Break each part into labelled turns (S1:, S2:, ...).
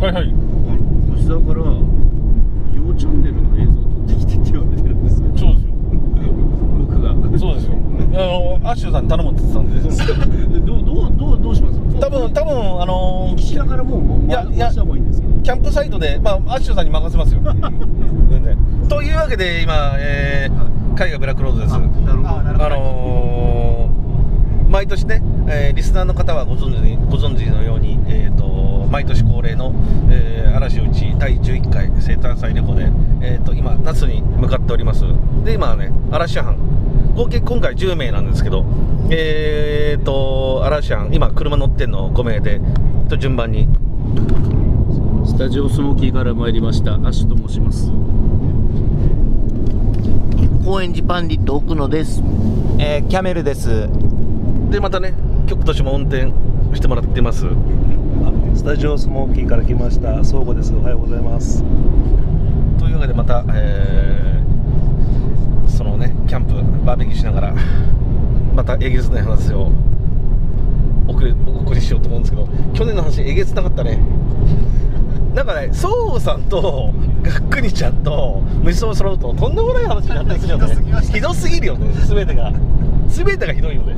S1: はいはい
S2: あの吉沢から「ようチャンネル」の映像を撮ってきてって言われてるんですけど
S1: そうですよ
S2: 僕が
S1: そうですよあのアッシュさんに頼むって言ってたんで
S2: どうどうどうどうします
S1: 多分多分あの
S2: 岸田からもうもう
S1: いや
S2: 回
S1: いや
S2: した方がいいんですけど
S1: キャンプサイトで、まあ、アッシュさんに任せます よ全然というわけで今、えー、海がブラックロードですあ
S2: なるほど
S3: あなるほど
S1: のー、毎年ね、えーリスナーの方はご存知ご存知のように、えー、と毎年恒例の、えー、嵐うち第11回生誕祭旅行で、えー、と今那須に向かっておりますで今はね嵐藩合計今回10名なんですけどえー、と嵐藩今車乗ってんの5名でと順番に
S2: スタジオスモーキーから参りましたアシュと申します
S4: 高円寺パンディット奥野です
S3: えーキャメルです
S1: でまたね局としても運転してもらってます
S5: スタジオスモーキーから来ました相互ですおはようございます
S1: というわけでまた、えーそのねキャンプバーベキューしながらまたえげつない話をお送りお送りしようと思うんですけど去年の話えげつなかったねなんかねそうさんとがっくりちゃんと無双揃うととんでもない話になったりするよねひどすぎるよね全てが全てがひどいよね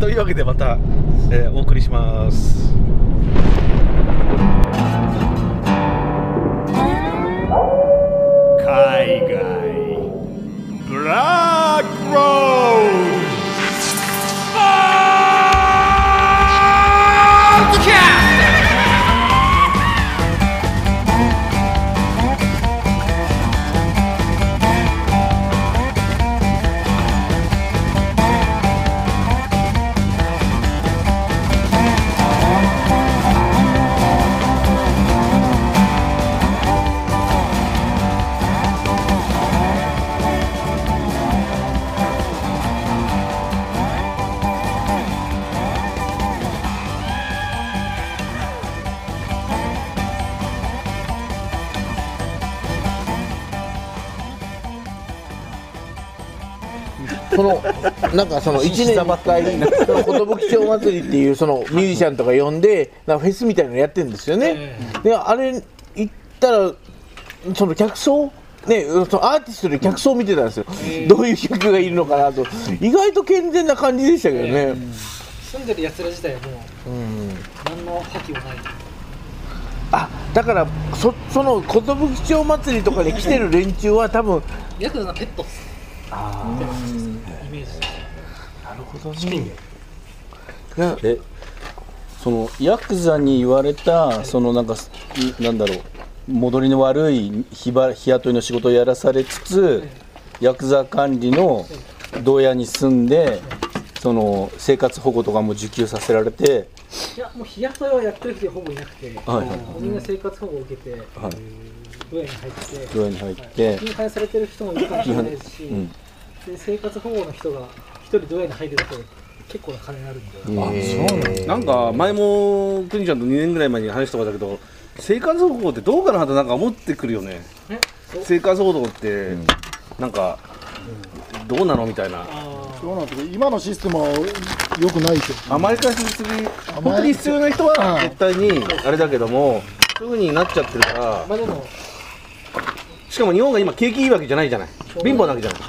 S1: というわけでまた、えーお送りします
S6: 海外ブラックローズ
S4: そのなんかその1年に1回その寿町祭りっていうそのミュージシャンとか呼んでなんかフェスみたいなのやってるんですよねであれ行ったらその客層ね、そのアーティストで客層を見てたんですよ、どういう客がいるのかなと意外と健全な感じでしたけどね、
S7: 住んでる奴ら自体はもう、何の覇気もない
S4: あだからそその寿町祭りとかで来てる連中は多分
S7: ヤクザのペットっすイメージ
S8: えそのヤクザに言われたそのなんかんなんだろう戻りの悪い日ば日雇いの仕事をやらされつつヤクザ管理の牢屋に住んでその生活保護とかも受給させられて
S7: いやもう日雇いはやってる人ほぼいなくて、
S8: はいはい
S7: みんな生活保護を受けて
S8: はい
S7: 部屋に入って
S8: 牢屋に入って
S7: 金配されてる人もいるかもしれないですし、
S8: ん
S7: で生活保護の人が一人ドヤに入るだけで結構な金になるんで、
S1: なんか前もくにちゃんと2年ぐらい前に話したことだけど生活保護ってどうかなとなんか思ってくるよね
S7: えそう
S1: 生活保護って、なんかどうなのみたいな
S7: あ
S9: そうなんですけど今のシステムは良くないですよ
S1: 甘やかしすぎ本当に必要な人は絶対にあれだけどもそういう風になっちゃってるから
S7: ーまあでも
S1: しかも日本が今景気いいわけじゃないじゃない貧乏なわけじゃない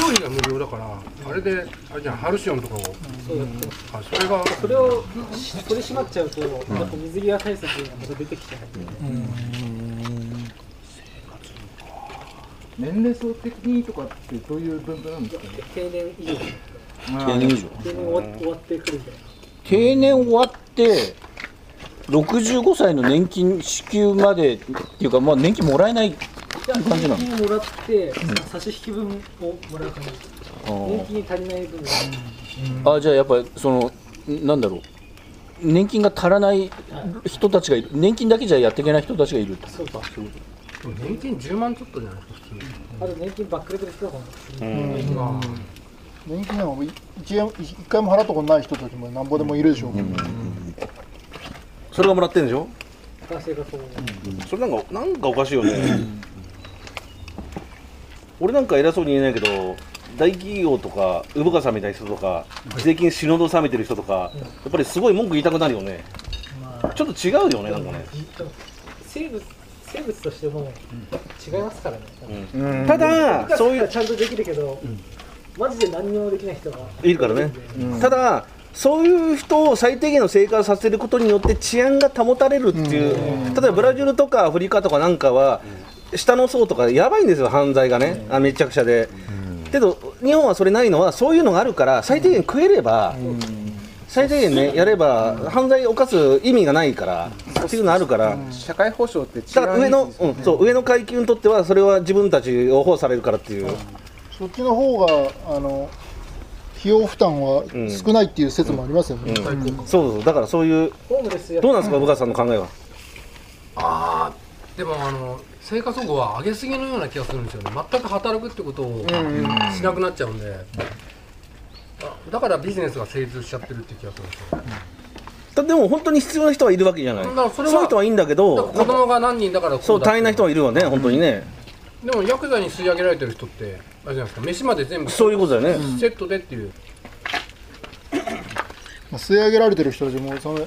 S10: 料理が無料だからあれであれじゃんハルシオンとかを
S7: そうだね
S10: あそれが
S7: それを取り締まっちゃうと、やっぱ水際対策がまた出てきちゃうんで、
S9: 年齢層的にとかってどういう分布なんですかね
S7: 定年以上
S8: 定年以上
S7: 定年終わ終わってくるみたいな
S8: 定年終わって65歳の年金支給までっていうか、まあ、年金もらえない
S7: いや、
S8: いう感
S7: 年
S8: じなの
S7: 金もらって、差し引き分をもらう感じ。
S8: あー
S7: 年金に足りない分が、
S8: あじゃあやっぱりそのんなんだろう年金が足らない人たちがいる年金だけじゃやっていけない人たちがいると
S7: そうか。
S10: 年金10万ちょっとじゃないですか
S7: あと年金ばっくれてる人とかも。
S10: 普通にあ
S9: 年金なんか一円一回も払ったことない人たちもなんぼでもいるでしょうけど、
S1: それがもらってるんでしょ
S7: 男性がこ
S1: それなんかなんかおかしいよね俺なんか偉そうに言えないけど大企業とか産川さんみたいな人とか税金死ぬほど納めてる人とかやっぱりすごい文句言いたくなるよね
S7: う、まあ、
S1: ちょっと違うよねなんかね
S7: 生物生物としても違いますからね、
S1: うんただそういう
S7: ちゃんとできるけど、マジで何にもできない人が
S1: いるからね、ただそういう人を最低限の生活させることによって治安が保たれるっていう、例えばブラジルとかアフリカとかなんかは、下の層とかやばいんですよ犯罪がね、あめちゃくちゃで、けど日本はそれないのはそういうのがあるから最低限食えれば、最低限ねやれば犯罪を犯す意味がないから、っていうのあるから、
S11: 社会保障って
S1: だから上の、うん、そう上の階級にとってはそれは自分たちを保護されるからっていう。
S12: そっちの方があの費用負担は少ないっていう説もありますよね、
S1: うんそうそうだからそういうどうなんですか部下さんの考えは
S10: あーでもあの生活保護は上げすぎのような気がするんですよね全く働くってことをしなくなっちゃうんで、あだからビジネスが成立しちゃってるって気がするんですよ
S1: だでも本当に必要な人はいるわけじゃない
S10: だ
S1: そ
S10: からそれは
S1: ういう人はいいんだけど
S10: 子供が何人だからこ
S1: そう
S10: うだ
S1: 大変な人はいるわね本当にね、
S10: でもヤクザに吸い上げられてる人ってあれじゃないですか飯まで全部
S1: そういうことだよね
S10: セットでっていう、
S12: まあ吸い上げられてる人たちもその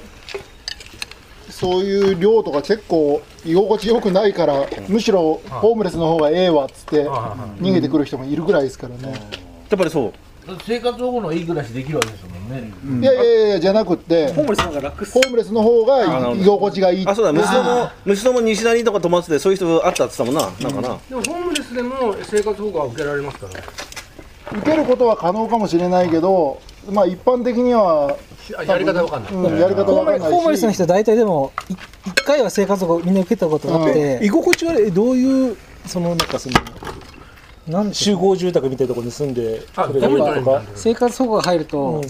S12: そういう量とか結構居心地よくないからむしろホームレスの方がええわっつって逃げてくる人もいるぐらいですからね、
S1: やっぱりそう
S13: 生活保護のいい暮らしできるわけですもんね、
S12: いやいやいやじゃなくってホームレスの方がホームレスの方
S1: あなる
S12: が
S1: ほど
S12: 居心地がいい
S1: あそうだ虫
S12: あ
S1: のも虫のも西成とか友達でそういう人あったって言ってたもんななんかな、
S10: でもホームレスでも生活保護は受けられますからね
S12: 受けることは可能かもしれないけど、まあ、一般的には
S10: あやり方わかんない
S12: うんやり方わかんないし
S14: ホームレスの人は大体でもい一回は生活保護みんな受けたことがあって、
S5: 居心地悪いえどういうそのなんかそのなん集合住宅みたいなところに住んで
S14: あ
S5: それがいいとか
S14: 生活保護が入ると、
S5: うん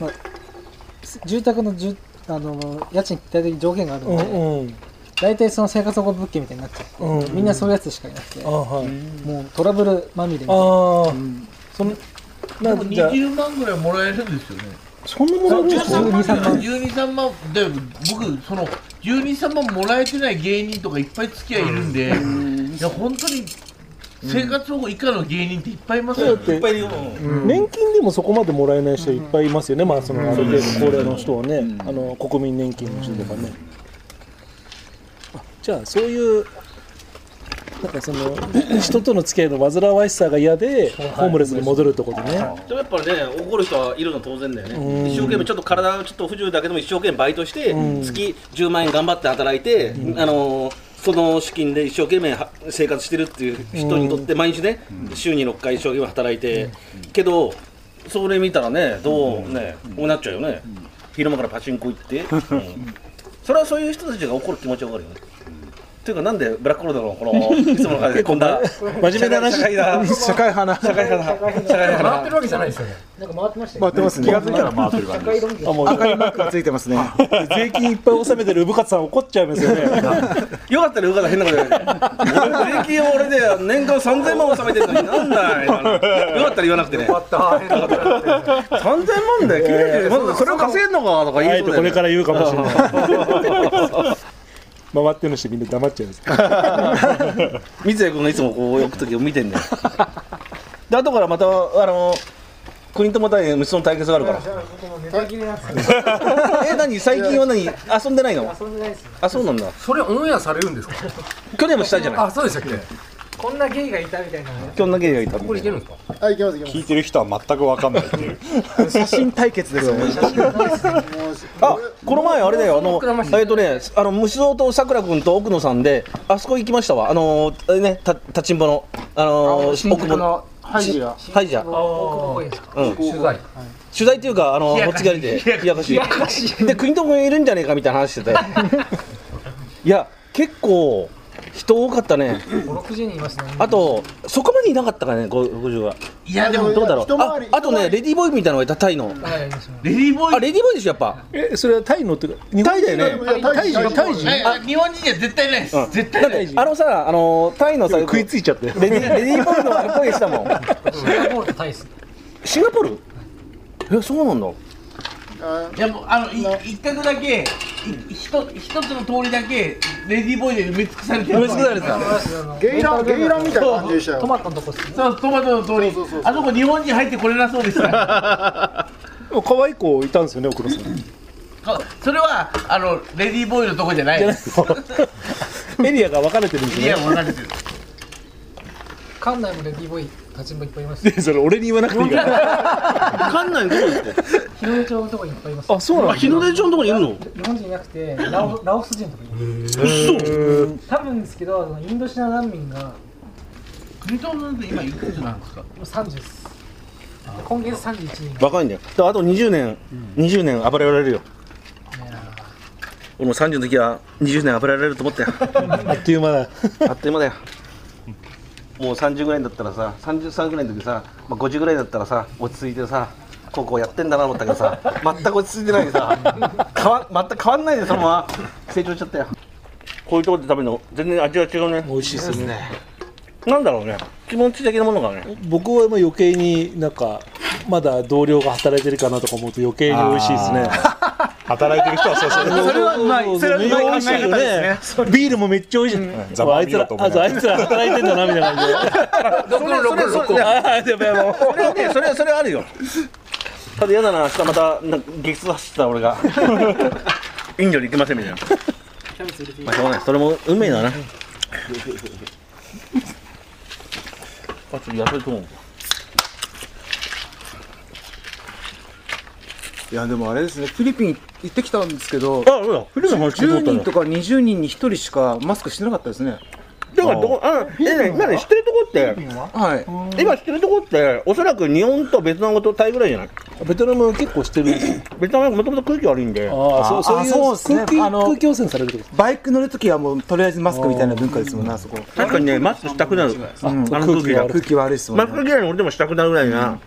S14: まあ、す住宅のじゅあの家賃大体条件があるので、
S5: うんうん
S14: 大体その生活保護物件みたいになっちゃって、
S5: うんうん
S14: みんなそういうやつしかいなくて、
S5: あはい
S14: もうトラブルまみれみたいな
S5: ああ、その
S13: でも
S5: じゃあ
S13: 20万ぐらいもらえるんですよね
S5: そんなものあるんですか
S13: 13万1万で僕その123万もらえてない芸人とかいっぱい付き合いいるんで、いや本当に生活保護以下の芸人っていっぱいいますよ、ね
S5: だって年金でもそこまでもらえない人いっぱいいますよね、まあそのある程度高齢の人はね、あの国民年金の人とかね、あじゃあそういうなんかその 人との付き合いの煩わしさが嫌でホームレスに戻るってことね、
S1: でもやっぱりね怒る人はいるの当然だよね、
S5: うん
S1: 一生懸命ちょっと体がちょっと不自由だけども一生懸命バイトして、
S5: うん
S1: 月10万円頑張って働いて、あのーその資金で一生懸命は生活してるっていう人にとって毎日ね、週に6回一生懸命働いて、けどそれ見たらねどうね、こうなっちゃうよね、昼間からパチンコ行って、うんそれはそういう人たちが怒る気持ちはわかるよねというかなんでブラックロードのこのいつもの感じでこん な
S5: 真面目な話
S1: 社会だ
S5: 社会派な
S1: 社会派だ社会派だ
S7: 回ってるわけじゃないですよねなんか回ってましたよ
S5: 回ってますね気がついたら回ってる感じですあもう赤いマークがついてますね税金いっぱい納めてる産勝さん怒っちゃいますよ ね
S1: よかったらよかった変なこと言わないで税金を俺で年間3000万納めてるのになんだよ今のよかったら言わなくてねよかった3000万だよ君たちまずそれを稼いでんのかとか
S5: あ
S1: 言
S5: え
S1: い
S5: て
S1: そう
S5: こ
S1: だ
S5: れ
S1: よ
S5: から
S1: ね
S5: 言うかもしれない回ってるしみんな黙っちゃいます
S1: 三谷君がいつもこう置く時を見てんだよで後からまたあの国友対虫の対決があるから
S7: ネタ切れなんですよ
S1: え何最近は何遊んでないの
S7: 遊んでないですよ
S1: あそうなんだ
S10: それオンエアされるんですか
S1: 去年もしたじゃない
S10: あそうでしたっけ
S7: こんなゲイがいたみたいなのね
S1: 今日だけがいたこ
S10: これいけるんですか
S12: はい行きます行き
S15: 聞いてる人は全くわかんないっていう
S5: 写真対決ですよね
S1: あこの前あれだよあのえっとねあの虫蔵とさくら君と奥野さんであそこ行きましたわあのーえねた立ちんぼのあのー奥野の
S12: ハイジア
S1: ハイジアうん
S10: 取材
S1: 取材っていうかあの
S10: 冷
S1: お
S10: やか
S1: つ
S10: し
S1: きありで冷やかし
S10: 冷やかし
S1: で国友がいるんじゃねえかみたいな話してていや結構人多かったね
S7: 60人いますね
S1: あとそこまでいなかったからね50が
S7: いやでも
S1: どうだろう
S7: 一
S1: あ
S7: 回り
S1: あとねレディーボーイみたいなのがいたタイの
S13: レディーボーイ
S1: あレディーボーイでしょやっぱ
S5: えそれはタイのってか
S1: タイだよね
S13: えあ日本人には絶対ないです、絶対
S1: だっ
S13: ない
S1: てあのさあのタイのさ
S5: 食いついちゃってレ
S1: ディレディーボーイのあれ声したもんシンガポール えそうなんだ
S13: いやもうあのい一角だけいひと一つの通りだけレディーボーイで埋め尽くされてる
S5: 埋め尽くされてた
S12: ゲイランゲイランみたいな感じでしたよ
S13: トマトのとこそうトマトの通りあそこ日本人入ってこれなそうでした
S5: 可愛い子いたんですよね奥野さん
S4: かそれはあのレディーボーイのとこじゃないです
S5: エリアが分かれてるんですね
S4: エリアが分かれてる
S16: 館内もレディーボーイたちもいっぱいいます
S5: で それ俺に言わなくていいから
S16: 館内どこですか日の出町のとこにいっぱいいますあそう
S5: なのあ日の出町のとこにいるの
S16: 日本人じゃなくてラオラオス人とかいます
S5: 嘘
S16: 多分ですけどあのインドシナ難民が
S4: 国となんて今いくつなんですか
S16: 30です今月31人
S1: 若いんだよだからあと20年、20年暴れられるよ俺も30の時は20年暴れられると思ったよ
S5: あっという間だ
S1: あっという間だよもう30ぐらいだったらさ33ぐらいの時さ、まあ、50ぐらいだったらさ落ち着いてさ高校やってんだなと思ったけどさ 全く落ち着いてないでさ変わ全く変わんないでそのまま成長しちゃったよこういうとこで食べるの全然味が違うね
S5: 美味しいですね
S1: なんだろうね気持ち的なものがね
S5: 僕はもう余計になんかまだ同僚が働いてるかなとか思うと余計に美味しいですね
S17: 働いてる人はそうそう
S5: それはうまいそれはうまい考え方ですねビールもめっちゃ美味しい、
S17: ざ
S5: あ
S17: ま
S5: い
S17: み
S5: つ
S17: ろ
S5: ら
S17: と思
S5: あ
S17: いながら
S5: そうあいつら働いてんだなみたいな感じで
S1: あでもやばいそれはねそれはそれはあるよただ嫌だな明日またなんか激痛走ってた俺がインドに行きませんみたいな
S16: キャベツ入れていい
S1: まあしょうがないそれも運命だなあちょっと痩せると思う
S7: いやでもあれですねフィリピン行ってきたんですけど
S1: あそうだフィリピンの話聞いたことあ
S7: 10
S1: る
S7: 人とか20人に1人しかマスクしてなかったですね
S1: だからどこあえね今ね知ってるとこってはい今知ってるとこっておそらく日本とベトナムとタイぐらいじゃない
S5: ベトナム結構知ってる
S1: ベトナムもともと空気悪いんで
S5: あそうそういう空気空気汚染されるってこと
S7: バイク乗るときはもうとりあえずマスクみたいな文化ですもんなあそこ
S1: 確かにねマスクしたくなるあ
S7: うん
S1: の空気が
S7: 空気悪いっすもん
S1: マ
S7: ね
S1: スク嫌いの俺でもしたくなるぐらいな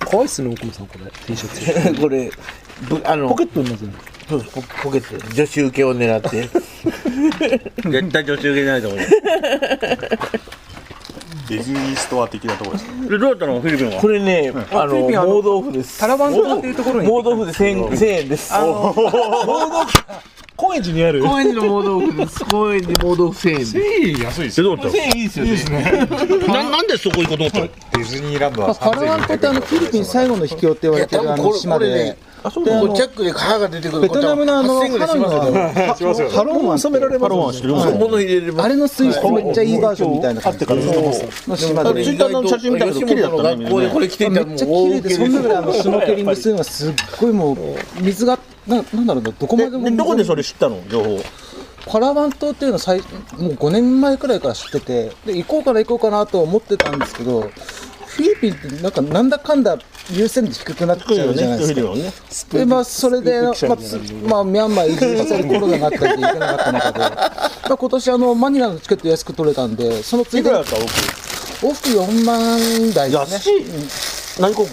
S5: 可愛いっすね奥野さんこれ T シャツ
S18: これぶあのポケッ
S5: トになってる
S18: そうですポポケット女子受けを狙って
S1: 絶対女子受けないと思う
S17: ディズニーストア的なところです
S1: でどうやったのフィリピンは
S18: これね
S17: あ
S18: あ
S17: フィリ
S18: の
S17: ピンあの
S18: 盲豆腐です
S7: タラバン島っていうところに
S18: 盲豆腐で
S7: 行
S18: 1000,
S7: ってきたんですけど
S18: 円です
S7: あの
S18: おー
S5: 高円寺にある
S4: 高円寺の盲豆腐です高円寺盲豆腐1000円です
S17: 1000円安いです
S1: よ
S4: 1000円いいですよね
S1: ななんでそこ行こうと思ったの
S17: ディズニーランド
S7: まあ
S17: は
S7: カラワン島ってあのフィリピン最後の秘境って言われて
S17: い
S7: る
S17: や
S7: あ
S17: 多分こ
S7: の
S17: れ
S7: 島
S17: これ
S7: で
S17: ね
S7: あ
S17: そう
S7: であの
S17: ジ
S7: ジ
S17: ャ
S7: ャ
S17: ックで歯が出てくる
S7: ベトナムのあのハノイのあのハ
S17: しますよ
S7: ハロン湾染められますハロン湾
S1: 物入れれ
S7: あれの水質めっちゃいいバージョンみたいな感じの島で
S1: ツイッターの写真見たけど綺麗だったねみんなね
S7: めっちゃ綺麗でそのぐらいあのシュノーケリングするのはすっごいもう水がななんだろうなどこまでも
S1: どこでそれ知ったの情報
S7: パラワン島っていうのは最もう5年前くらいから知っててで行こうかな行こうかなと思ってたんですけどフィリピンってなんかなんだかんだ優先度低くなっちゃうじゃないです
S1: 低い
S7: か
S1: よね低いよね
S7: でまあそれで、まあ、つまあミャンマー移住したりコロナがあったりで行けなかった中で、まあ、今年あのマニラのチケット安く取れたんでそのついで往復4万台ですね
S1: 何国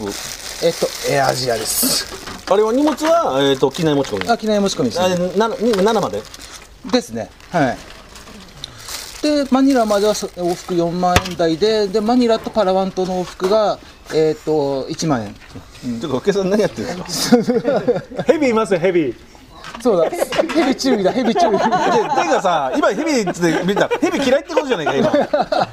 S7: えっとエアアジアです
S1: あれは荷物は、えー、と機内持ち込み
S7: あ機内持ち込みです、ね、
S1: あな7まで
S7: ですねはいでマニラまではそ往復4万円台ででマニラとパラワン島の往復が、えー、と1万円
S1: ちょっとお客さん何やってるんです
S7: か
S5: ヘビいますよヘビ
S7: そうだヘビ注意だヘビ注意
S1: ていうかさ今ヘビって見たヘビ嫌いってことじゃないか今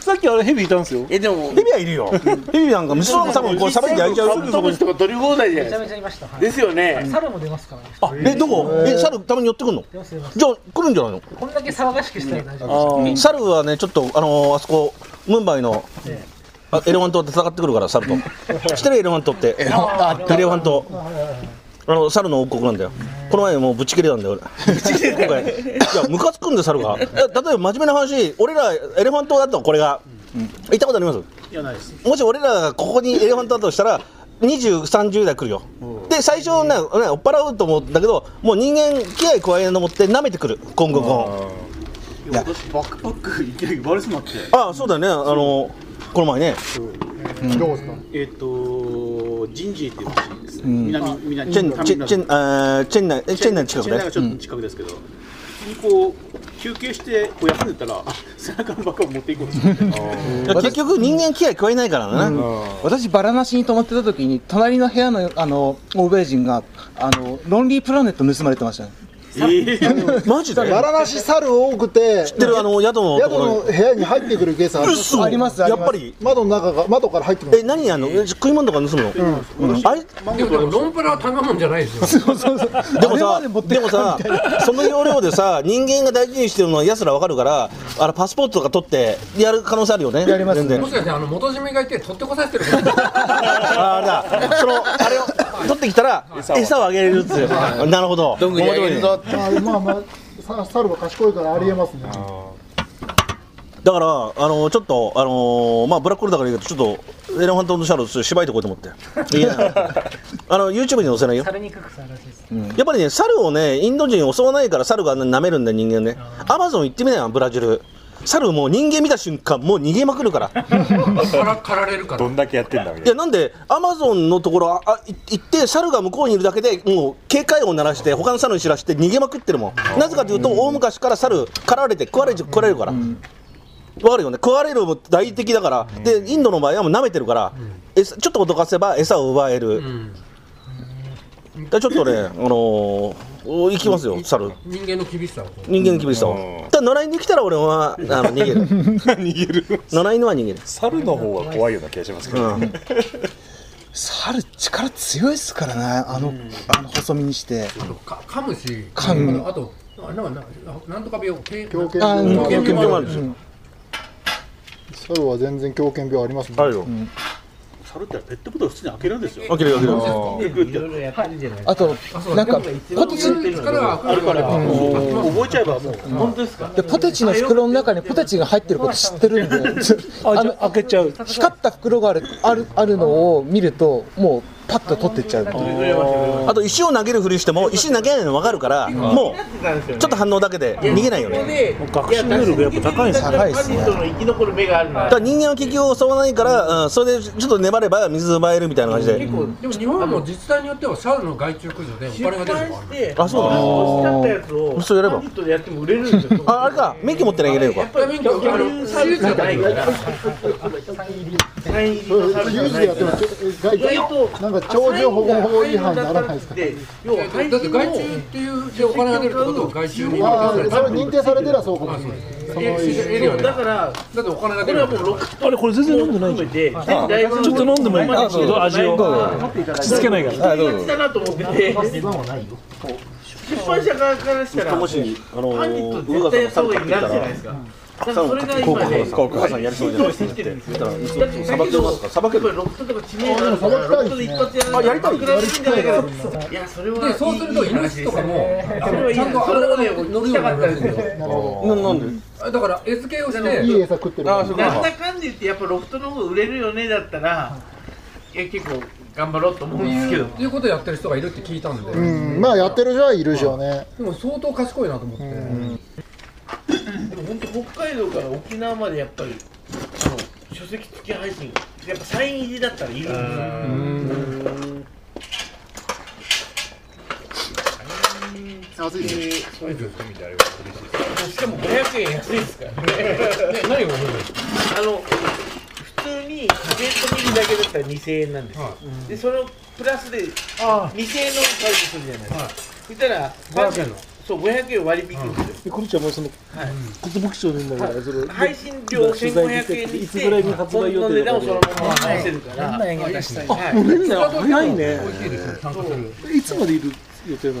S5: さっきあれヘビいたんですよ
S1: えでもヘビはいるよ ヘビなんか虫の多分これさばいて焼いちゃう
S19: カブトムシとか取り放題じゃない
S16: めち
S19: で
S16: ゃめ
S19: す
S16: ちゃいましたは
S19: か
S16: い
S19: ですよね
S16: 猿も出ますからね
S1: あえどこえ猿たまに寄ってくんの
S16: 出ます出ます
S1: じゃあ来るんじゃないの
S16: こんだけ騒がしくしたら大丈夫です
S1: 猿はねちょっとあのーあそこムンバイの
S16: え
S1: あエレファントって戦ってくるから猿 と知ってるエレファントってエレファントあの猿の王国なんだよこの前もうぶち切れたんだよ俺ぶち切れたいやムカつくんで猿 がいや例えば真面目な話俺らエレファントだとこれが行ったことあります
S19: いやないです
S1: もし俺らがここにエレファントだとしたら2030代来るよで最初ねね追っ払うと思うんだけどもう人間危害加えようと思って舐めてくる今後今
S2: いや私バックパックいきなりバレそうになって
S1: 後ああそうだよねあのこの前ね
S2: どこですかえっと人事っていう町ですね
S1: うん
S2: 南南
S1: チェンチェンチェンえーチェン内えチェン内近く
S2: チェンナイ
S1: ね
S2: がちょっと近くですけど、普通にこう休憩してこう休んでたらあ背中のバッグを持っていこうとして
S1: うん結局人間気合加えないからね
S7: 私バラなしに泊まってた時に隣の部屋のあの欧米人があのロンリープラネット盗まれてましたね
S12: マジでバラなし猿多くて知
S1: ってるあの宿の
S12: 宿の部屋に入ってくるケースあります
S1: 嘘
S12: ありますあります
S1: やっぱり
S12: 窓の中が窓から入ってくる
S1: え何あの食い物とか盗むの、
S12: うん
S1: あれ
S10: でもでもロンプラはたまもんじゃないですよ
S1: でもさ、でもさ、その要領でさ、人間が大事にしてるのは奴らわかるから、あれパスポートとか取ってやる可能性あるよね。やります
S10: もしかしてあの元締めがいて取ってこさせてるから
S1: ああれだ。そのあれを取ってきたら餌をあげれるっつう。なるほど。どんぐりあげるぞ
S12: まあまあまあさ猿は賢いからありえますね
S1: だからあのちょっとあのーまあブラックホールだからいいけどちょっとエレファントのシャロー縛いてこうと思って。いや。あの YouTube に載せないよ。
S14: されにくくさらしいです
S1: やっぱりね、猿をね、インド人襲わないから猿があんなに舐めるんだよ、人間ね。アマゾン行ってみなよ、ブラジル。猿もう人間見た瞬間、もう逃げまくるから。
S10: からかられるから
S15: どんだけやってんだみたい
S1: いや、なんで、アマゾンのところああい行って、猿が向こうにいるだけで、もう警戒音鳴らして、他の猿に知らして逃げまくってるもん。なぜかというと、大昔から猿、狩られて食われちゃ食われるから。わかるよね食われるも大敵だから、でインドの場合はもう舐めてるから、餌ちょっと脅かせば餌を奪える、でちょっとね、あのー、行きますよ猿
S10: 人間の厳しさを
S1: 人間の厳しさを、ただ野良犬来たら俺はあの逃げる逃げる野良犬は逃げる
S15: 猿の方が怖いような気がしますけど、ね
S11: 猿力強いですからねあの,、あの細身にして
S10: か噛むし
S11: 噛む
S10: あとあなんかななんとか病経狂
S12: 狂犬
S10: あ
S12: 病
S10: 狂犬病もあるでしょ
S12: うん猿は全然狂犬病ありますねあるよ
S4: 猿ってペットボトル普通に開けるんですよ
S1: 開ける開ける
S4: いろいろやってるんじゃない
S11: あとなんかポテチ
S4: あるから
S11: うん
S4: もう覚えちゃえばもう本当ですか
S11: でポテチの袋の中にポテチが入ってること知ってるんであの開けちゃう光った袋があるあるあるのを見るともうパッと取ってっちゃうっていう
S1: あと石を投げるふりしても石投げないの分かるから、もうちょっと反応だけで逃げないよね
S4: 学習能力やっぱ高いですね
S1: 高いですね
S4: パジットの生き残る目があるな
S1: だから人間は結局襲わないから、うんそれでちょっと粘れば水奪えるみたいな感じで、
S10: 結構でも日本も自治体によっては猿の害虫駆除でお金が出るのもある
S1: あそうなの
S4: 欲しかったやつを
S1: そうやれば
S4: ちょっとやっても売れるんですよ
S1: ああれか免許持ってないけれるか
S4: やっぱり免許あの手術じゃないからサイン入りのサイン入
S12: ユー
S4: り
S12: ジでやってもちょ意外となんか鳥獣保護法違反にならないですか
S4: 要は
S10: だって害虫っていうでお金が出るってことは害虫に
S12: あーそれ認定されてりゃそうかもしれない
S4: だか
S10: だ
S4: ら
S10: ってお金が
S4: 出るこれはもう6あれこれ全然飲んでないじゃん
S5: あちょっと飲んでもいいあどうぞ味を口つけないから
S4: 失敗だなと思ってて出版社側からしたら
S1: もしあの
S4: パンディット絶対やった方がいいになるじゃないですかだからそれが今ねだって
S1: さばけますかさばける
S4: ロフトとか知名度あるからロフトで一発やらないとやりたいんじゃないかないやそれは
S10: でそうするとイノシシとかも
S4: いい
S10: ちゃんと体で乗るようになるんですよ
S1: なん
S10: だから餌付けをして
S12: いい餌食ってるから
S4: なんだかんで言ってやっぱロフトの方が売れるよねだったらいや結構頑張ろうと思うんですけど
S10: っていうことをやってる人がいるって聞いたんで
S12: うんまあやってる人はいるでしょうね
S10: でも相当賢いなと思って
S4: でも本当北海道から沖縄までやっぱりあの書籍付き配信やっぱサイン入りだったらいるんですよ安いですね。しかも500円安いですからね。ね何があの普通に税込みだけだったら2000円なんですよ。でそのプラスで2000円の買いするじゃないですか。そしたら
S5: 500円の
S4: そう500円割引くんですよ。
S5: えこれちゃんもうその骨牧場でいいんだからそれ
S4: 配信料1500円にして、
S5: いつぐらいに発売予
S4: の
S5: 定
S4: 値
S5: と
S4: 段
S5: か
S4: をそのまま合わせるから、
S5: はい
S4: あいいですね
S5: あもう年内早いね
S4: そう
S5: いつまでいる予定なの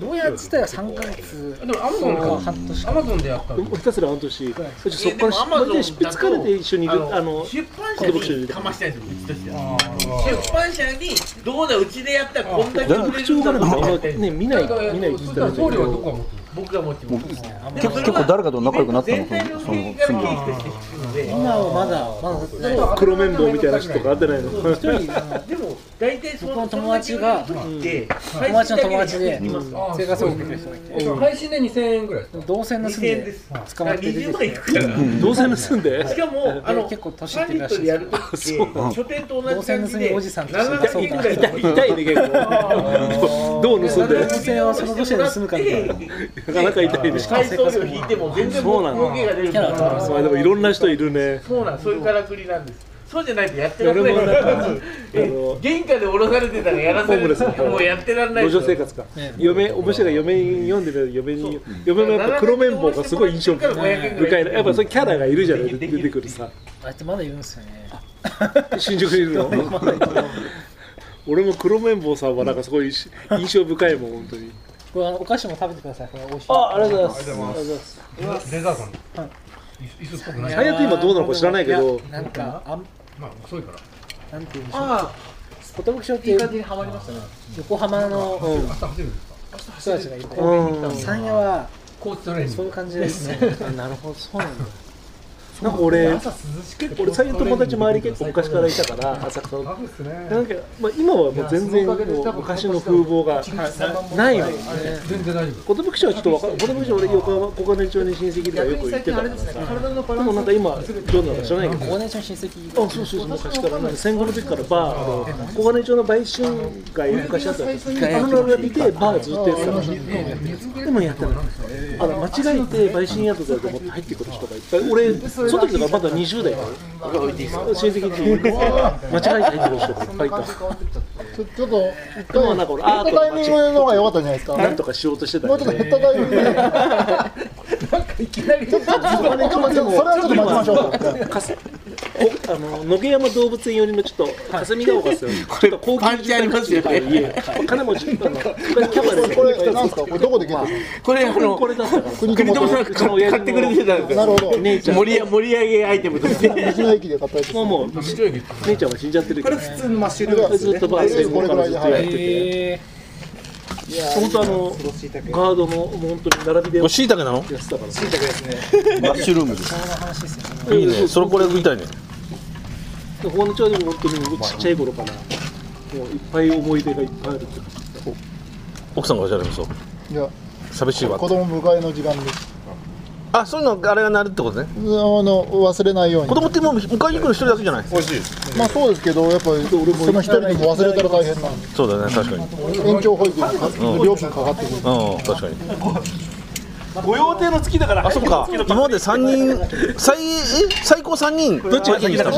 S14: どうやってたら3ヶ月
S10: でもアマゾンか
S14: 半年
S10: アマゾンでやった
S5: ひたすら半年、そしてそこ
S4: えでも
S5: から
S4: Amazon
S5: で執筆かれて一緒にい
S4: あ
S5: る
S4: の
S5: あの
S4: 出版社にかましたいんですよ、うちとしては。出版社に、どうだ、うちでやったらこんだけ売れるんだろうと思って
S5: ね見ない見ない
S4: そしたら送料はどこが持ってる僕が持ってます。
S2: 結結構誰かと仲良くなったのかなその
S4: 経費として引くので
S14: 今はまだまだ
S4: だから
S5: 黒綿棒みたいな人とかあってないの
S4: そう一人でも大体そ
S14: 僕
S4: の
S14: の友達が友
S4: で
S14: 達の友達で生活保護受けてる人がいて
S10: 配信で2000円ぐらい
S14: 同線の住ん
S4: 2000円で
S14: です捕まって出てきて
S5: どうせ盗んで
S4: しかも、あの、
S14: 結構年
S4: パ
S14: 取
S4: ン
S14: って
S4: デ
S14: る
S4: ィッ
S14: ら
S4: ト
S14: しいです
S4: でやるときって、書店と同じ感じで、
S14: 同線の
S4: 7
S14: おじさんと
S4: 人ぐらい
S14: そうか
S5: 痛いね結構どう盗んで
S14: 同線はその年で住むかみたいな
S5: なかなか痛いね
S4: 配送料引いても全然
S5: そうなん
S4: もう
S5: だ
S4: 儲けが出るから
S5: そうでもいろんな人いるね
S4: そうなんそういうからくりなんですそうじゃないとやってられないからえ玄関で降ろされてたらやらせ
S5: ホームレス
S4: るもうやってらんない
S5: 路上生活か、嫁おむしが嫁に読んでる嫁に嫁もやっぱ黒綿棒がすごい印象深いなやっぱそういうキャラがいるじゃない出てくるさ
S7: あいつまだいるんですよね
S5: 新宿にいるの 俺も黒綿棒さんはなんかすごいし印象深いもん本当に
S7: これあのお菓子も食べてくださいこれ美味しい
S5: あありがとうございます
S7: ありがとうございます
S5: デザートに
S7: はい
S10: 椅子っぽく
S5: 最悪今どうなのか知らないけど
S7: やなんかあん
S10: まあ遅いから
S7: なんていうんでしょう
S10: あ
S7: 寿町って
S10: い
S7: い
S10: いう感じにはまりましたね
S7: 横浜の
S10: うん明日走るんですか
S7: 人たちがいっぱい
S5: うん
S7: 山野は
S10: コーチトレーニング
S7: そういう感じですねあなるほどそうなんだ
S5: なんか俺
S7: 朝涼しくて
S5: 俺最近友達周り結構昔からいたから浅草のなんか、まあ、今はもう全然もう昔の風貌がないもんね
S10: 全然大丈
S5: 夫寿町はちょっとわかる寿町は俺横浜小金町に親戚とかよく行ってたからさでもなんか今どうなのか知らないけど
S7: 小金井町の親戚
S5: あそうそうそう昔からなんか戦後の時からバーあの小金井町の売春街昔あったんですよあのラブがいてバーずっとやってたからでもやってないあの間違えて売春宿だと思って入ってくる人がいっぱい俺その時だからまだ20代だよ親戚に間違えて入ってくる人がいっぱいいた
S12: ちょちょっと一
S5: でもなんか俺アー
S12: 回
S5: ト
S12: 減ったタイミングの方が良かったんじゃないですか
S5: なんとかしようとしてた
S12: もうちょっと減ったタイミングで
S5: ちょっとそれはちょっと待ちましょう。かすおあの野毛山動物園寄りのちょっと霞ヶ丘ですよ。ちょっと高級
S20: パンチありますよね
S5: 家金持ちあのキャバレー
S12: これこれなんですかこれどこで消え
S20: これあの
S5: これだったから
S20: 国友さんが買ってくれてたんですよ
S12: なるほど
S5: 姉ちゃん
S20: 盛り上盛り上げアイテムとして
S12: 道の駅で買ったやつ
S5: もうもう姉ちゃんは死んじゃってるけど。これ普
S12: 通のマッシュルームです
S5: ず
S12: ね
S5: っとバー戦後からずっとやってて。本当あのガードの本当に並びで
S1: これ椎茸なの
S5: やってたから
S1: 椎茸ですね
S5: マッシュルームですいいねそれこれ
S1: 食いたいね
S5: 法の町でも本当にちっちゃい頃からもういっぱい思い出がいっぱいあるって感じ
S1: 奥さんがおっしゃられますよ
S12: いや
S1: 寂しいわ
S12: 子供迎えの時間です
S1: あそういうのあれがなるってことね
S12: あの忘れないように子
S1: 供ってもう迎えに来る一人だけじゃない美味しいです
S12: まあそうですけどやっぱりその一人でも忘れたら大変なんで
S1: そうだね確かに
S12: 延長保育の料金かかってく
S1: う
S12: る
S1: ん確かに
S5: ご用邸の月だから
S1: あそうか今まで三人最え最高三人どっちが先にした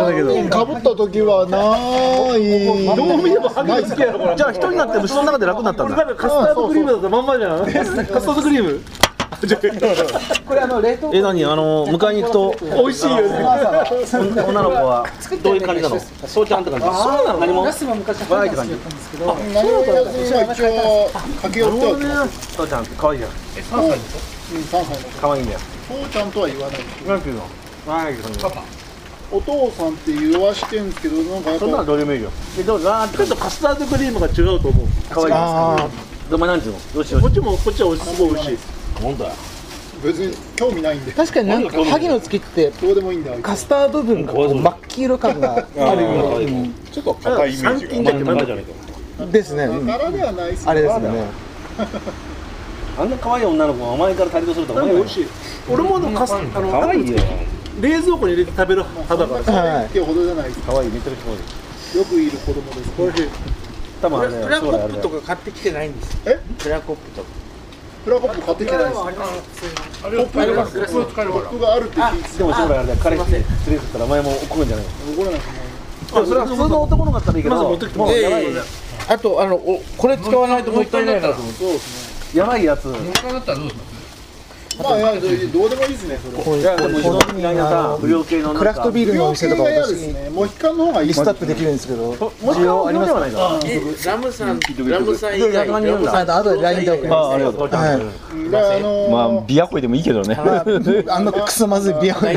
S12: かぶった時はない
S5: どう見てもハゲの月やろこれ
S1: じゃあ一人になって虫の中で楽になったん
S5: 俺なん
S1: だ
S5: かカスタードクリームだったまんまじゃんカスタードクリーム
S7: これあの冷凍
S1: え何あの迎えに行くと
S5: 美味しいよね
S1: 女女の子はどういう感じなのそうちゃんって感じそうなの何も
S7: ガスも昔
S1: わーいって感じ
S12: 何をやっても一応駆け寄ってはきます
S1: そうちゃん可愛いじゃん
S12: え3歳でしょうん3歳の
S1: 可愛いんだよ
S12: 父ちゃんとは言わない
S1: なんていうのわーいって感じ
S12: お父さんって言わしてんですけどなんかやっぱ
S1: どうでもいいよ
S5: えどうだちょっとカスタードクリームが違うと思う
S1: 可愛い
S12: あ
S1: ですどうもなんていうのどうしよう
S5: こっちもこっちはすごい美味しい
S1: 本当だ
S12: 別に興味ないんで
S11: 確かになんか萩の月って
S12: どうでもいいんだあいつ
S11: カスタード分がこう真っ黄色感があるような
S1: ちょっと硬いイメージが
S11: 三品だけどなんだっけ
S1: ですね
S12: 柄ではないですけど
S1: あんな可愛い女の子がお前から足りとするとは
S5: なん
S1: 思
S5: か
S1: えな
S5: 美
S1: い
S5: 味しい俺もでもカスあの
S1: 可愛いよ
S5: 冷蔵庫に入れて食べる派だから
S12: 可愛いってほどじゃない
S1: 可愛いめちゃくちゃ可愛い
S12: よくいる子供ですこれ
S1: 多分あれだよ
S4: プラコ
S1: 将来あ
S4: ッ
S1: れだ
S4: プ
S1: よ
S4: とか買ってきてないんです
S12: え
S4: プラコップとか
S12: プラコップ買ってきてないです
S4: あれは使えます
S12: コップ
S4: それは使えるから
S12: コップがあるって聞いて
S1: でも将来あれだよ彼氏連れてったらお前も怒るんじゃないの
S12: 怒らないですね
S1: でもそれは普通の男の子だったらいいけど
S12: まず持ってきて
S1: もうやばい
S12: ええ
S20: あとあのおこれ使わないともったいないなと思って
S12: そうですね
S1: やばいやつ
S10: 他だったらどうしま
S12: まあいやどうでもいいですねそれ
S1: いやでもこのみたいなさ不良系のなんか
S11: クラフトビールのお店とか
S12: 不良系は
S11: 私
S12: 嫌ですねモヒカンの方がいい
S11: リストアップできるんですけど
S1: もし
S11: 需要ありますか
S4: えラムさんラムさん以外
S11: ラムさんあとで LINE で送ります
S2: あありがとう
S11: はい
S12: あ
S2: まあビアホイでもいいけどね
S11: あんなクソまずいビアホイ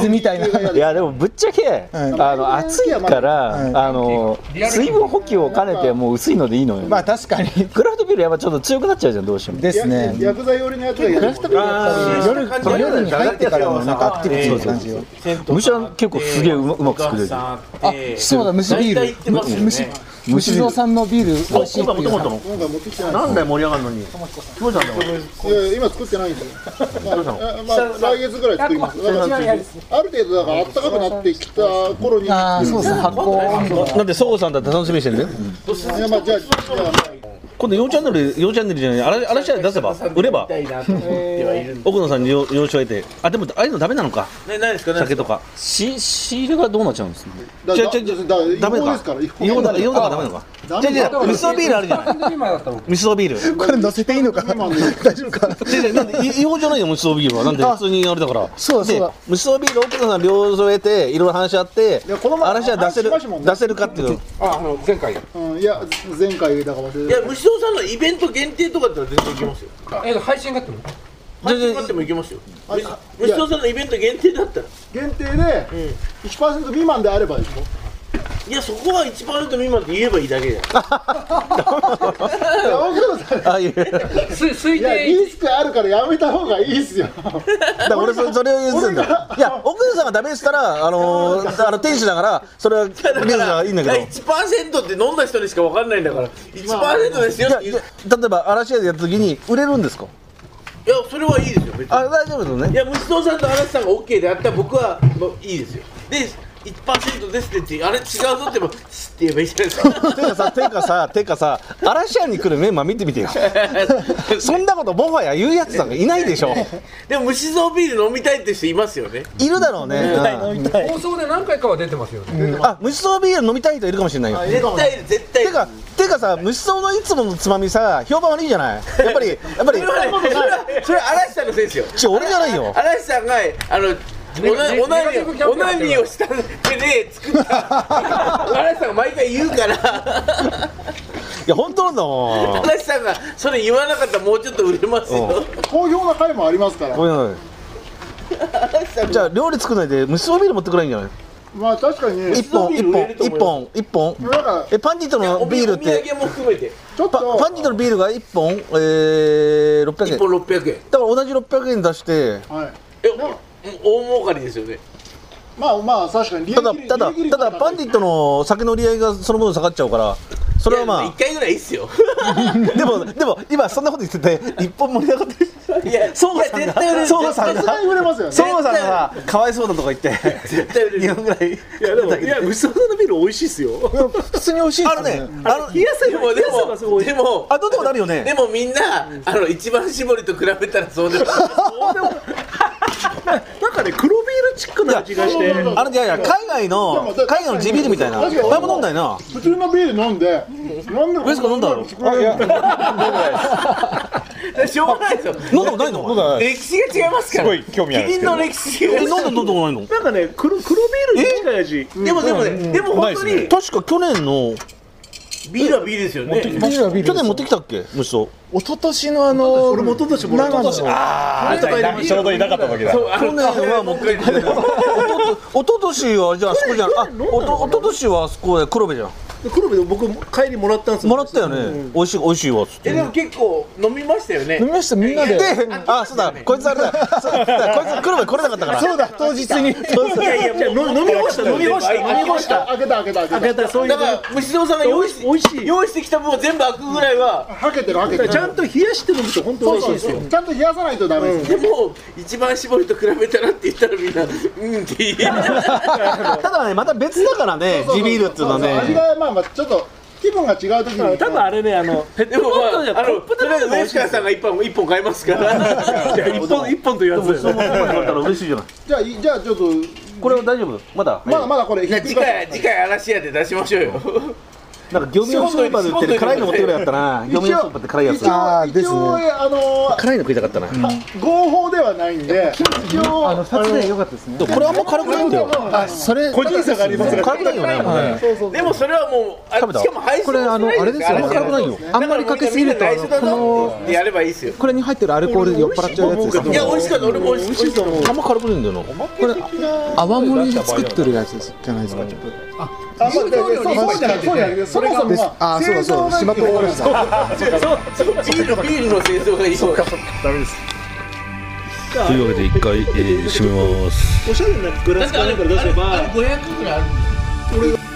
S11: 水みたいない
S2: やでもぶっちゃけ、あの暑いから、あの水分補給を兼ねてもう薄いのでいいのよまあ
S11: 確かに
S2: クラフトビールやっぱちょっと強くなっちゃうじゃんどうしても
S11: ですね
S12: 薬剤寄りのやつがいいですね
S11: 夜夜に入ってからのなんかアクティビティって感じよ
S2: むしろ結構すげえうまうまく作れる
S4: あ
S11: そうだ蒸しビールむ蒸し蒸し蔵さんのビール美味しいって
S1: あ
S11: いう
S12: 今回持ってきてない
S1: なんだよ盛り上がるのにどうしたんだよ
S12: いやいや今作ってないんですよ。まあ、
S1: どうしたの
S12: あまあ来月ぐらい作ります。だからある程度だから暖かくなってきた頃に。あ
S11: あそうですね発酵温度
S1: なんで、そごさんだって楽しみにしてんだよ。
S12: いやまあじゃあじゃあ
S1: 今度4チャンネル4チャンネルじゃない嵐嵐屋で出せば売れば奥野さんに了承得てあでもああいうのダメなのか
S4: ねないですかね
S1: 酒とか
S2: し仕入れがどうなっちゃうんですか
S1: だ
S12: だ
S1: ちょちょ
S12: だだ
S1: ダメ
S12: 違法
S1: か
S12: ですから
S1: 違法だ違法だからダメなのか
S12: ダ
S1: じゃ
S12: メ
S1: じゃ味噌ビールあるじゃない
S12: ない
S1: 味噌ビール
S12: これ乗せていいのか大丈夫か
S1: 違う違うなんでい 違法じゃないよ、無双ビールは。なんで、普通にあれだから。
S12: そうだそうだ
S1: で無双ビール、奥野さん、両添えて、いろいろ話し合って、嵐は出せる、出せるかっていう。
S12: あの前回うんいや前回だから忘れ
S4: い
S12: て
S4: や
S12: た
S4: 虫蔵さんのイベント限定とかだったら全然いけますよえ配信があっても配信があってもいけますよ虫虫蔵さんのイベント限定だったら
S12: 限定で1%未満であればでしょ
S4: いやそこは1パーセント未満って言えばいいだけだよ
S1: あいや
S12: いやリスクあるからやめた方がいいっすよ
S1: だから俺そ、それを譲るんだよ。いや、奥野さんがダメでしたら、あのー、 だから天使だから、それは、リュウジはいいんだけど。
S4: 1%って飲んだ人にしか分かんないんだから1%ですよって言
S1: 例
S4: う
S1: えば、嵐屋でやった時に、売れるんですか
S4: いやそれはいいですよ別に
S1: あ、大丈夫ですね。
S4: いや虫蔵さんと嵐さんが OK であったら僕はもういいですよで1%ですって言ってあれ違うぞってもスって言えばいいじゃないですか
S1: てかさ、てかさ、てかさ、嵐屋に来るメンバー見てみてよ。そんなこと、もはや言うやつなんかいないでしょ。
S4: でも虫蔵ビール飲みたいって人いますよね
S1: いるだろうねうん
S4: 放送で何回かは出てますよね
S1: あ、虫草ビール飲みたい人いるかもしれないよ。
S4: 絶対いる絶対いる
S1: てか、てかさ、虫草のいつものつまみさ、評判悪いじゃない。やっぱり、やっぱり
S4: それ。はねそれはそれは嵐さんのせいですよ
S1: ちょ俺じゃないよ
S4: 嵐さんがあのおな
S1: ネ
S4: おなみ
S1: ネガティブキャンペーン
S4: おなみをした手で作った 嵐さんが毎回言うから
S1: いや、本当なんだもん。
S4: 嵐さんがそれ言わなかったらもうちょっと売れますよ
S12: 好評な回もありますから
S1: ごめんなさい。じゃあ、料理作らないで、虫草ビール持ってくれないんじゃない。
S12: まあ確かにね
S1: 一本、一本、一本、一本
S12: なんか。
S1: え、パンディットのビールっ
S4: お土
S1: て。
S4: 産も含めて
S12: ちょっ
S1: パパンディットのビールが一本、えー、600円。
S4: 一本600円。
S1: だから同じ600円出して、
S12: はい
S4: えもう大儲かりですよね
S12: まあまあ確かに利益
S1: ただただただパンディットの酒の売り合いがその分下がっちゃうからそれはま
S4: 1回ぐらいいいっすよ
S1: あでもでも今そんなこと言ってて一本盛り上がってる
S4: いや
S1: 相馬さん
S4: いや絶対売れ
S1: が
S4: る
S1: 相馬さんが
S4: 絶対売れますよね
S1: 相馬さんがかわいそうだとか言って絶
S4: 対売れ
S1: る2本ぐらい
S21: いやでもいや無双のビール美味しいっすよ。
S1: 普通に美味しいっすよね
S21: あの冷やせ
S4: で
S21: ば
S4: も
S21: 冷
S4: で
S21: やせばすご
S4: も
S21: い。
S4: でも
S1: あどうでもなるよね
S4: でもみんなあの一番搾りと比べたらそうでも
S21: なんかね黒ビールチックな味がして。
S1: あれいやいや海外の海外の地ビールみたいな
S12: 確かに
S1: 前も飲んだよな
S12: 普通のビール飲んで飲んで
S1: ウエスコ飲んだろ
S4: しょうがないですよ
S1: 飲んだことないのお前
S4: 歴史が違いますか
S1: す
S4: ら
S1: ごい興味あるんですけど
S4: キリンの歴史
S1: え飲んだ飲んだことない
S21: な
S1: の
S21: んかね黒黒ビールに近い味。
S4: でもでもねでも本当に
S1: 確か去年の
S4: ビールはビールですよね
S1: 去年持ってきたっけむしろ
S11: 一昨年のあの俺も一昨年もらった
S1: あ
S15: ーちょうどいなかった時だ
S1: そうあの去年はもう一回おととしはじゃああそこじゃんあおとおととしはあそこで黒部じゃん
S21: 黒部で僕帰りもらったんですよ。
S1: もらったよね美味しい美味しいわっつって
S4: えでも結構飲みましたよね
S1: 飲みましたみんなであそうだこいつあれだそうだこいつ黒部来れなかったから
S11: そうだ当日に
S21: いやいやもう飲み干した飲み干した飲み干した。
S12: 開けた開けた開
S21: 開けたそういう
S4: だから虫蔵さんが用意
S21: 美味しい。
S4: 用意してきた分を全部開くぐらいは
S12: はけてるはけてる
S21: ちゃんと冷やして飲むと本当美味しいですよ。
S12: ちゃんと冷やさないとダメです
S4: でも一番絞りと比べたらって言ったらみんなうんって言え
S1: ただねまた別だからね地ビールっていうのは
S12: そうそう味
S1: ね
S12: がまあまあちょっと気分が違う時に
S21: 多分あれねあのペッ
S4: で
S21: ト
S4: も
S21: ボトルじゃ
S4: まああ
S21: コッ
S4: の
S21: プ
S4: と
S21: で
S4: りあえず
S21: も美
S4: 上
S21: 味しい
S4: 川さんが一本一本買います から
S21: いや一本一本と言わず。
S1: 嬉しいじゃない
S12: じゃあいじゃあちょっと
S1: これは大丈夫まだ
S12: まだまだこれ
S4: じゃあ次回次回嵐屋で出しましょうよ
S1: なんか業務用スーパーで売ってる辛いの持ってくれやったな業務用スーパーって辛いやつ
S12: 一応
S1: 辛
S12: 一応あのー
S1: いの食いたかったな
S12: 合法ではないんで一応あの二つで良かったですね
S1: でもこれはもう辛くないんだよ
S12: あそれ
S1: 個人差がありますから辛くないよねもうね
S4: でもそれはもうあ
S1: 食べた
S4: しかも配信
S11: これあのあれですよね
S1: 辛くないよ
S11: あんまりかけすぎるとあのこの
S4: でやればいいですよ
S11: これに入ってるアルコールで酔っ払っちゃうやつです
S4: いや美味しかった俺も美味しいと思う
S1: あんま辛くないんだよな
S11: これ泡盛で作ってるやつですじゃないですか
S12: あそうそうそもそもまあ
S11: あそうだそうだ島とオレンジだ
S4: そうビールビールの製造がいいそう
S21: ダメです。
S1: というわけで一回、えー、締めます
S21: おしゃれなグラスかなんかで出せば。
S13: 500ぐらいあるんですよ